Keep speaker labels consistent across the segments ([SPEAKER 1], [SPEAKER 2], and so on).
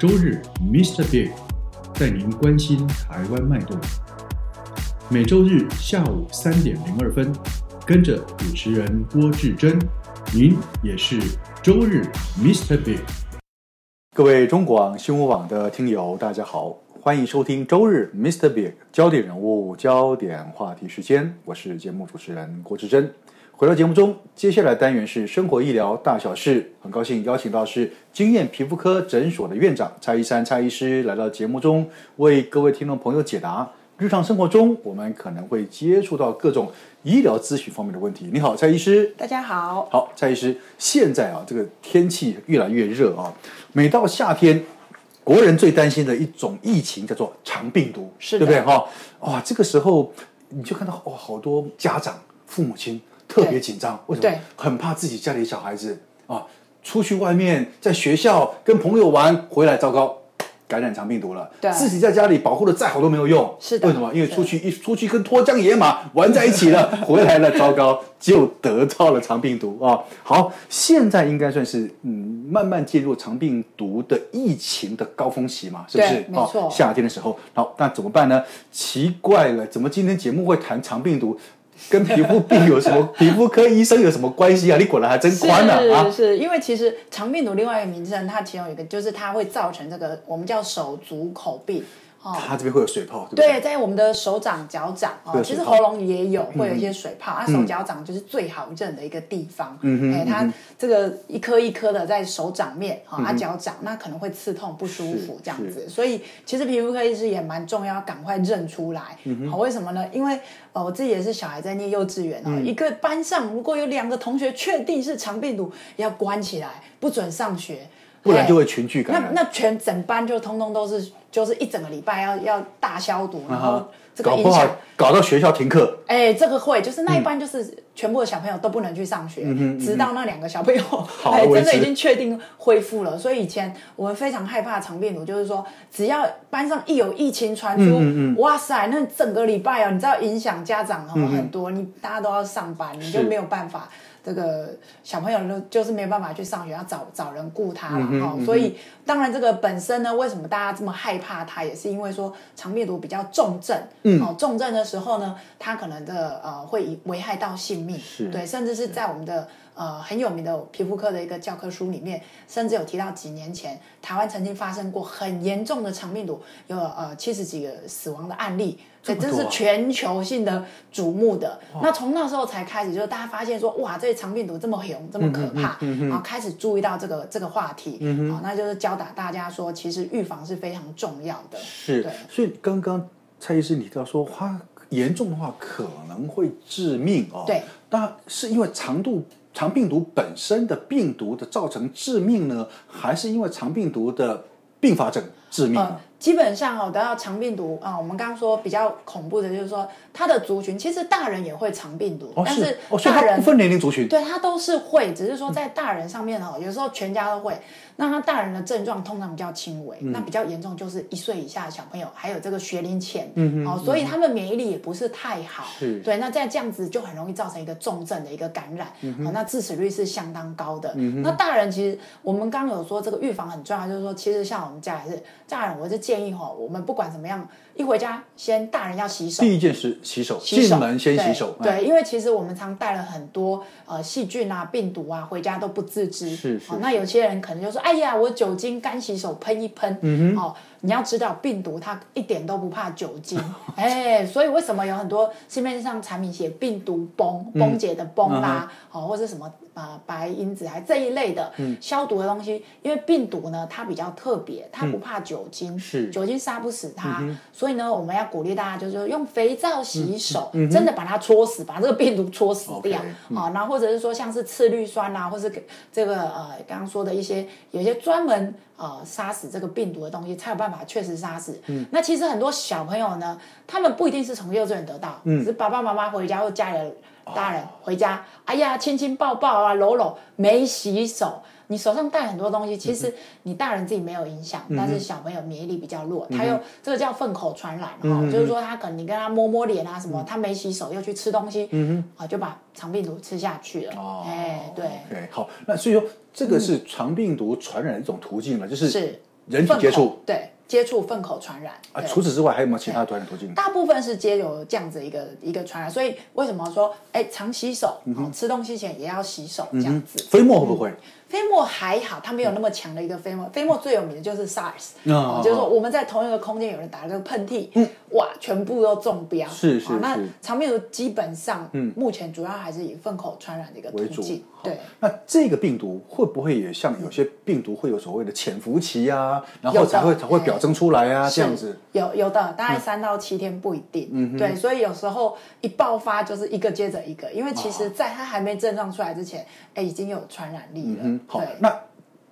[SPEAKER 1] 周日，Mr. Big 带您关心台湾脉动。每周日下午三点零二分，跟着主持人郭志珍，您也是周日 Mr. Big。
[SPEAKER 2] 各位中广新闻网的听友，大家好，欢迎收听周日 Mr. Big 焦点人物、焦点话题时间，我是节目主持人郭志珍。回到节目中，接下来单元是生活医疗大小事。很高兴邀请到是经验皮肤科诊所的院长蔡医山蔡医师来到节目中，为各位听众朋友解答日常生活中我们可能会接触到各种医疗咨询方面的问题。你好，蔡医师。
[SPEAKER 3] 大家好，
[SPEAKER 2] 好，蔡医师，现在啊，这个天气越来越热啊，每到夏天，国人最担心的一种疫情叫做肠病毒，
[SPEAKER 3] 是
[SPEAKER 2] 对
[SPEAKER 3] 的
[SPEAKER 2] 不对哈？哇，这个时候你就看到哇，好多家长、父母亲特别
[SPEAKER 3] 对
[SPEAKER 2] 紧张，为什么
[SPEAKER 3] 对？
[SPEAKER 2] 很怕自己家里小孩子啊，出去外面在学校跟朋友玩，回来糟糕。感染肠病毒了，
[SPEAKER 3] 对
[SPEAKER 2] 自己在家里保护的再好都没有用，
[SPEAKER 3] 是的
[SPEAKER 2] 为什么？因为
[SPEAKER 3] 是的
[SPEAKER 2] 出去一出去跟脱缰野马玩在一起 了，回来了，糟糕，就得到了肠病毒啊！好，现在应该算是嗯，慢慢进入肠病毒的疫情的高峰期嘛，是不是？
[SPEAKER 3] 对没错
[SPEAKER 2] 哦夏天的时候，好，那怎么办呢？奇怪了，怎么今天节目会谈肠病毒？跟皮肤病有什 么？皮肤科医生有什么关系啊？你果然还真宽啊！啊
[SPEAKER 3] 是，是因为其实肠病毒另外一个名称，它其中有一个就是它会造成这个我们叫手足口病哦。
[SPEAKER 2] 他这边会有水泡，对不对？
[SPEAKER 3] 对，在我们的手掌、脚掌
[SPEAKER 2] 会
[SPEAKER 3] 哦，
[SPEAKER 2] 有水
[SPEAKER 3] 其实
[SPEAKER 2] 泡
[SPEAKER 3] 喉咙也有会有一些水泡，
[SPEAKER 2] 嗯
[SPEAKER 3] 啊，手脚掌就是最好认的一个地方。嗯哎，它这个一颗一颗的在手掌面哦啊，脚掌那可能会刺痛不舒服
[SPEAKER 2] 嗯是
[SPEAKER 3] 这样
[SPEAKER 2] 是
[SPEAKER 3] 子，所以其实皮肤科医师也蛮重要，赶快认出来。
[SPEAKER 2] 嗯
[SPEAKER 3] 好，为什么呢？因为呃，我自己也是小孩在念幼稚园
[SPEAKER 2] 嗯
[SPEAKER 3] 哦，一个班上如果有两个同学确定是肠病毒，要关起来，不准上学。哎
[SPEAKER 2] 不然
[SPEAKER 3] 嘿
[SPEAKER 2] 就会群聚感
[SPEAKER 3] 那
[SPEAKER 2] 染。
[SPEAKER 3] 那全整班就通通都是，就是一整个礼拜要要大消毒，然后
[SPEAKER 2] 啊
[SPEAKER 3] 哦这个
[SPEAKER 2] 搞
[SPEAKER 3] 影
[SPEAKER 2] 不
[SPEAKER 3] 响
[SPEAKER 2] 好，搞到学校停课，
[SPEAKER 3] 哎、这个会就是那一班
[SPEAKER 2] 嗯
[SPEAKER 3] 就是全部的小朋友都不能去上学，啊直到那两个小朋友哎
[SPEAKER 2] 好为
[SPEAKER 3] 真的
[SPEAKER 2] 止
[SPEAKER 3] 已经确定恢复了。所以以前我们非常害怕肠病毒，就是说只要班上一有疫情传
[SPEAKER 2] 嗯
[SPEAKER 3] 出，哇塞，那整个礼拜哦，你知道影响家长
[SPEAKER 2] 嗯
[SPEAKER 3] 哦、很多，你大家都要上班，你
[SPEAKER 2] 是
[SPEAKER 3] 就没有办法。这个小朋友都就是没有办法去上学，要找找人雇他
[SPEAKER 2] 嗯
[SPEAKER 3] 了哈、哦所以当然这个本身呢，为什么大家这么害怕它，也是因为说肠病毒比较重症，嗯，哦，重症的时候呢，它可能的呃会以危害到性命，
[SPEAKER 2] 是
[SPEAKER 3] 对，甚至是在我们的呃很有名的皮肤科的一个教科书里面，甚至有提到几年前台湾曾经发生过很严重的肠病毒，有呃七十几个死亡的案例，
[SPEAKER 2] 这
[SPEAKER 3] 所
[SPEAKER 2] 么
[SPEAKER 3] 以
[SPEAKER 2] 多啊
[SPEAKER 3] 真是全球性的瞩目的。
[SPEAKER 2] 哦
[SPEAKER 3] 那从那时候才开始，就是大家发现说，哇，这肠病毒这么红，这么可
[SPEAKER 2] 嗯
[SPEAKER 3] 怕，然后开始注意到这个这个话题，好，那就是教导大家说，其实预防是非常重要的，
[SPEAKER 2] 是
[SPEAKER 3] 对，
[SPEAKER 2] 所以刚刚蔡医师你提到说，它严重的话可能会致命哦。
[SPEAKER 3] 对，
[SPEAKER 2] 那是因为肠度肠病毒本身的病毒的造成致命呢，还是因为肠病毒的并发症致命
[SPEAKER 3] 呃
[SPEAKER 2] 呢？，
[SPEAKER 3] 基本上哦，得到肠病毒啊、我们刚刚说比较恐怖的就是说，它的族群其实大人也会肠病毒，
[SPEAKER 2] 哦，
[SPEAKER 3] 但
[SPEAKER 2] 是哦，所以
[SPEAKER 3] 大
[SPEAKER 2] 它
[SPEAKER 3] 人
[SPEAKER 2] 不分年龄族群。
[SPEAKER 3] 对他都是会，只是说在大人上面哦，有时候全家都会。那他大人的症状通常比较轻微，那比较严重就是一岁以下的小朋友，还有这个学龄前，嗯哦，所以他们免疫力也不是太好
[SPEAKER 2] 是，
[SPEAKER 3] 对，那在这样子就很容易造成一个重症的一个感染，哦，那致死率是相当高的。那大人其实我们刚刚有说这个预防很重要，就是说其实像我们家也是，大人我是建议哦，我们不管怎么样，一回家先大人要洗手，
[SPEAKER 2] 第一件事洗手，
[SPEAKER 3] 洗手
[SPEAKER 2] 进门先洗手。
[SPEAKER 3] 对，
[SPEAKER 2] 哎
[SPEAKER 3] 对因为其实我们常带了很多呃细菌啊、病毒啊回家都不自知。
[SPEAKER 2] 是是
[SPEAKER 3] 哦。那有些人可能就说：“哎呀，我酒精干洗手喷一喷。”嗯哦，你要知道病毒它一点都不怕酒 精，哎，所以为什么有很多市面上产品写病毒崩
[SPEAKER 2] 嗯
[SPEAKER 3] 崩解的崩啦、哦，或者什么啊、呃白因子还这一类的、
[SPEAKER 2] 嗯
[SPEAKER 3] 消毒的东西，因为病毒呢它比较特别，它不怕酒精，
[SPEAKER 2] 是嗯
[SPEAKER 3] 酒精杀不死它，所以呢，我们要鼓励大家就是说用肥皂洗手，真的把它搓死，把这个病毒搓死
[SPEAKER 2] 嗯
[SPEAKER 3] 掉
[SPEAKER 2] OK，
[SPEAKER 3] 啊。然后或者是说像是次氯酸啊，或是这个呃刚刚说的一些有一些专门呃杀死这个病毒的东西，才有办法确实杀死。
[SPEAKER 2] 嗯
[SPEAKER 3] 那其实很多小朋友呢，他们不一定是从幼稚园得到，
[SPEAKER 2] 嗯
[SPEAKER 3] 只是爸爸妈妈回家或家里人大
[SPEAKER 2] 哦
[SPEAKER 3] 人回家，哎呀，亲亲抱抱啊，搂搂，没洗手。你手上带很多东西，其
[SPEAKER 2] 嗯
[SPEAKER 3] 实你大人自己没有影响，但是小朋友免疫力比较弱，
[SPEAKER 2] 嗯
[SPEAKER 3] 他又这个叫粪口传染哈、就是说他可能你跟他摸摸脸啊什
[SPEAKER 2] 嗯
[SPEAKER 3] 么，他没洗手又去吃东西，啊就把肠病毒吃下去了。
[SPEAKER 2] 哦
[SPEAKER 3] 哎，对，嗯
[SPEAKER 2] OK，好，那所以说这个是肠病毒传染的一种途径了，就是
[SPEAKER 3] 是
[SPEAKER 2] 人体接
[SPEAKER 3] 粪
[SPEAKER 2] 触
[SPEAKER 3] 口对接触粪口传染
[SPEAKER 2] 啊。
[SPEAKER 3] 对
[SPEAKER 2] 除此之外，还有没有其他的传染途径？
[SPEAKER 3] 大部分是皆有这样子一个一个传染，所以为什么说哎常洗手、
[SPEAKER 2] 嗯
[SPEAKER 3] 哦，吃东西前也要洗手这样子？
[SPEAKER 2] 飞沫会不会？
[SPEAKER 3] 飞沫还好，它没有那么强的一个飞沫。飞沫最有名的就是 SARS，、
[SPEAKER 2] 嗯哦嗯
[SPEAKER 3] 就是说我们在同一个空间有人打了个喷嚏，哇，全部都中标。
[SPEAKER 2] 是是
[SPEAKER 3] 哦那
[SPEAKER 2] 是嗯
[SPEAKER 3] 肠病毒基本上，目前主要还是以粪口传染的一个途
[SPEAKER 2] 为主
[SPEAKER 3] 径。
[SPEAKER 2] 好
[SPEAKER 3] 对，
[SPEAKER 2] 那这个病毒会不会也像有些病毒会有所谓的潜伏期啊，然后
[SPEAKER 3] 有的哎
[SPEAKER 2] 才会才会表征出来啊，
[SPEAKER 3] 是
[SPEAKER 2] 这样子？嗯
[SPEAKER 3] 有有的，大概三到七天不一定。对，所以有时候一爆发就是一个接着一个，因为其实在它还没症状出来之前，哎，已经有传染力了。
[SPEAKER 2] 嗯，好
[SPEAKER 3] 对，，
[SPEAKER 2] 那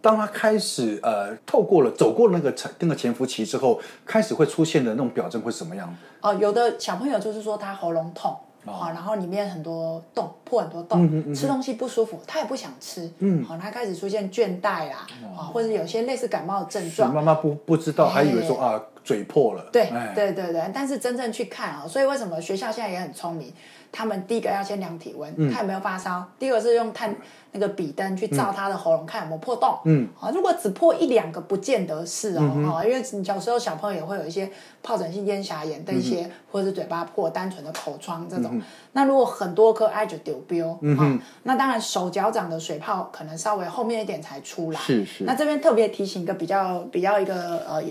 [SPEAKER 2] 当他开始呃透过了走过了那个潜那个潜伏期之后，开始会出现的那种表征会是什么样？
[SPEAKER 3] 哦，有的小朋友就是说他喉咙痛。好，然后里面很多洞，破很多洞，吃东西不舒服，他也不想吃，嗯，好，他开始出现倦怠啦，啊、或者有些类似感冒的症
[SPEAKER 2] 你
[SPEAKER 3] 状，
[SPEAKER 2] 妈妈不不知道，还以为说
[SPEAKER 3] 哎
[SPEAKER 2] 啊嘴破了，
[SPEAKER 3] 对
[SPEAKER 2] 哎，
[SPEAKER 3] 对对对，但是真正去看啊、所以为什么学校现在也很聪明？他们第一个要先量体温，看有没有发烧；第二个是用探那个笔灯去照他的喉咙，看有没有破洞。嗯，啊，如果只破一两个，不见得是哦，哦，因为你小时候小朋友也会有一些疱疹性咽峡炎的一些，或者是嘴巴破、单纯的口疮这种。那如果很多颗，哎就丢标。嗯、啊，那当然手脚掌的水泡可能稍微后面一点才出来。
[SPEAKER 2] 是是
[SPEAKER 3] 那这边特别提醒一个比较比较一个呃。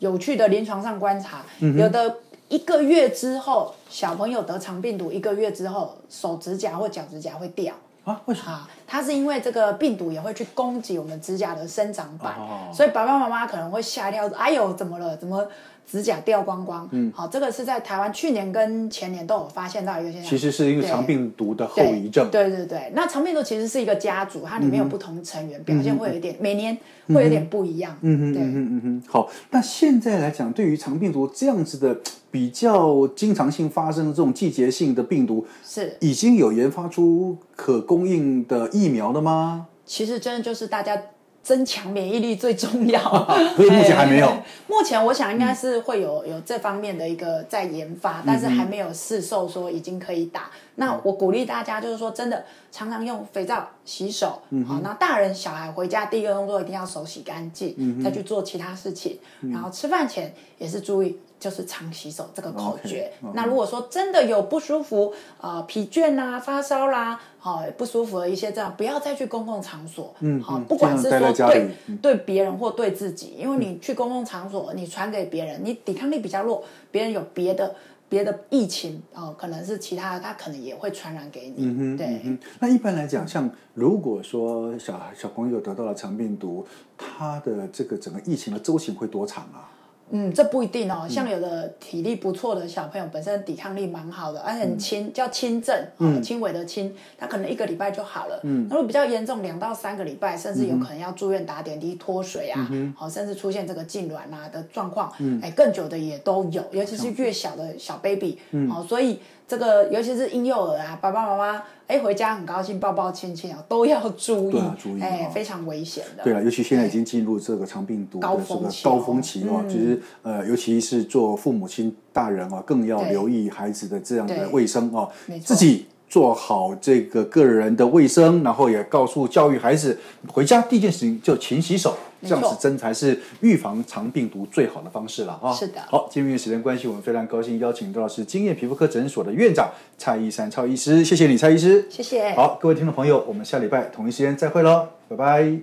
[SPEAKER 3] 有趣的临床上观察，
[SPEAKER 2] 嗯
[SPEAKER 3] 有的一个月之后，小朋友得肠病毒一个月之后，手指甲或脚指甲会掉。
[SPEAKER 2] 啊，为什么？
[SPEAKER 3] 啊，它是因为这个病毒也会去攻击我们指甲的生长板，
[SPEAKER 2] 哦
[SPEAKER 3] 所以爸爸妈妈可能会吓一跳，哎呦，怎么了？怎么指甲掉光光？嗯，好、这个是在台湾去年跟前年都有发现到一个现象，
[SPEAKER 2] 其实是因为
[SPEAKER 3] 对
[SPEAKER 2] 肠病毒的后
[SPEAKER 3] 哎对
[SPEAKER 2] 遗症。嗯
[SPEAKER 3] 对对对，那肠病毒其实是一个家族，它里面有不同成员，表现会有一点，每年会有点不一样。嗯嗯对。
[SPEAKER 2] 嗯嗯嗯，好。那现在来讲，对于肠病毒这样子的比较经常性发生的这种季节性的病毒，
[SPEAKER 3] 是，
[SPEAKER 2] 已经有研发出可供应的疫苗了吗？。
[SPEAKER 3] 其实真的就是大家增强免疫力最重要
[SPEAKER 2] 所以目前还没 有
[SPEAKER 3] 哎目前我想应
[SPEAKER 2] 嗯
[SPEAKER 3] 该是会有有这方面的一个在研发，但是还没有试售说已经可以打。那我鼓励大家就是说，真的常常用肥皂洗手，
[SPEAKER 2] 嗯
[SPEAKER 3] 好，那大人小孩回家第一个动作一定要手洗干
[SPEAKER 2] 嗯
[SPEAKER 3] 净，再去做其他事情，然后吃饭前也是注意。就是常洗手这个口诀。
[SPEAKER 2] 嗯
[SPEAKER 3] 那如果说真的有不舒服，呃，疲倦啦、发烧啦，好、不舒服的一些这样，不要再去公共场所。嗯，好、不管是
[SPEAKER 2] 这样待在
[SPEAKER 3] 说
[SPEAKER 2] 家
[SPEAKER 3] 对
[SPEAKER 2] 里
[SPEAKER 3] 对别人或对自己，因为你去公共场所，你传给别人，你抵抗力比较弱，别人有别的别的疫情哦、可能是其他的，他可能也会传染给你。对。
[SPEAKER 2] 嗯，那一般来讲，像如果说小孩小朋友得到了肠病毒，他的这个整个疫情的周期会多长啊？
[SPEAKER 3] 嗯，这不一定哦。像有的体力不错的小朋友，本身抵抗力蛮好的，而啊且很轻，叫轻症，哦轻微的轻，他可能一个礼拜就好了。嗯，如果比较严重，两到三个礼拜，甚至有可能要住院打点滴、脱水啊，好、甚至出现这个痉挛啊的状况，哎，更久的也都有，尤其是越小的小 baby，好、所以这个尤其是婴幼儿啊，爸爸妈妈哎回家很高兴抱抱亲亲啊，都要注意，
[SPEAKER 2] 对啊注意
[SPEAKER 3] 哎
[SPEAKER 2] 哦，
[SPEAKER 3] 非常危险的。
[SPEAKER 2] 对啊了，尤其现在已经进入这个肠病毒的
[SPEAKER 3] 高
[SPEAKER 2] 这个
[SPEAKER 3] 峰期
[SPEAKER 2] 高
[SPEAKER 3] 哦
[SPEAKER 2] 峰期哦，其实呃，尤其是做父母亲大人啊，更要
[SPEAKER 3] 对
[SPEAKER 2] 留意孩子的这样的
[SPEAKER 3] 对
[SPEAKER 2] 卫生哦
[SPEAKER 3] 没，错
[SPEAKER 2] 自己做好这个个人的卫生，然后也告诉教育孩子，回家第一件事情就勤洗手。这样
[SPEAKER 3] 没
[SPEAKER 2] 子
[SPEAKER 3] 错
[SPEAKER 2] 真才是预防肠病毒最好的方式了哈。
[SPEAKER 3] 是的
[SPEAKER 2] 好，今天因为时间关系，我们非常高兴邀请到的是经验皮肤科诊所的院长蔡医山蔡医师，谢谢你蔡医师。
[SPEAKER 3] 谢谢
[SPEAKER 2] 好，各位听众朋友，我们下礼拜同一时间再会喽，拜拜。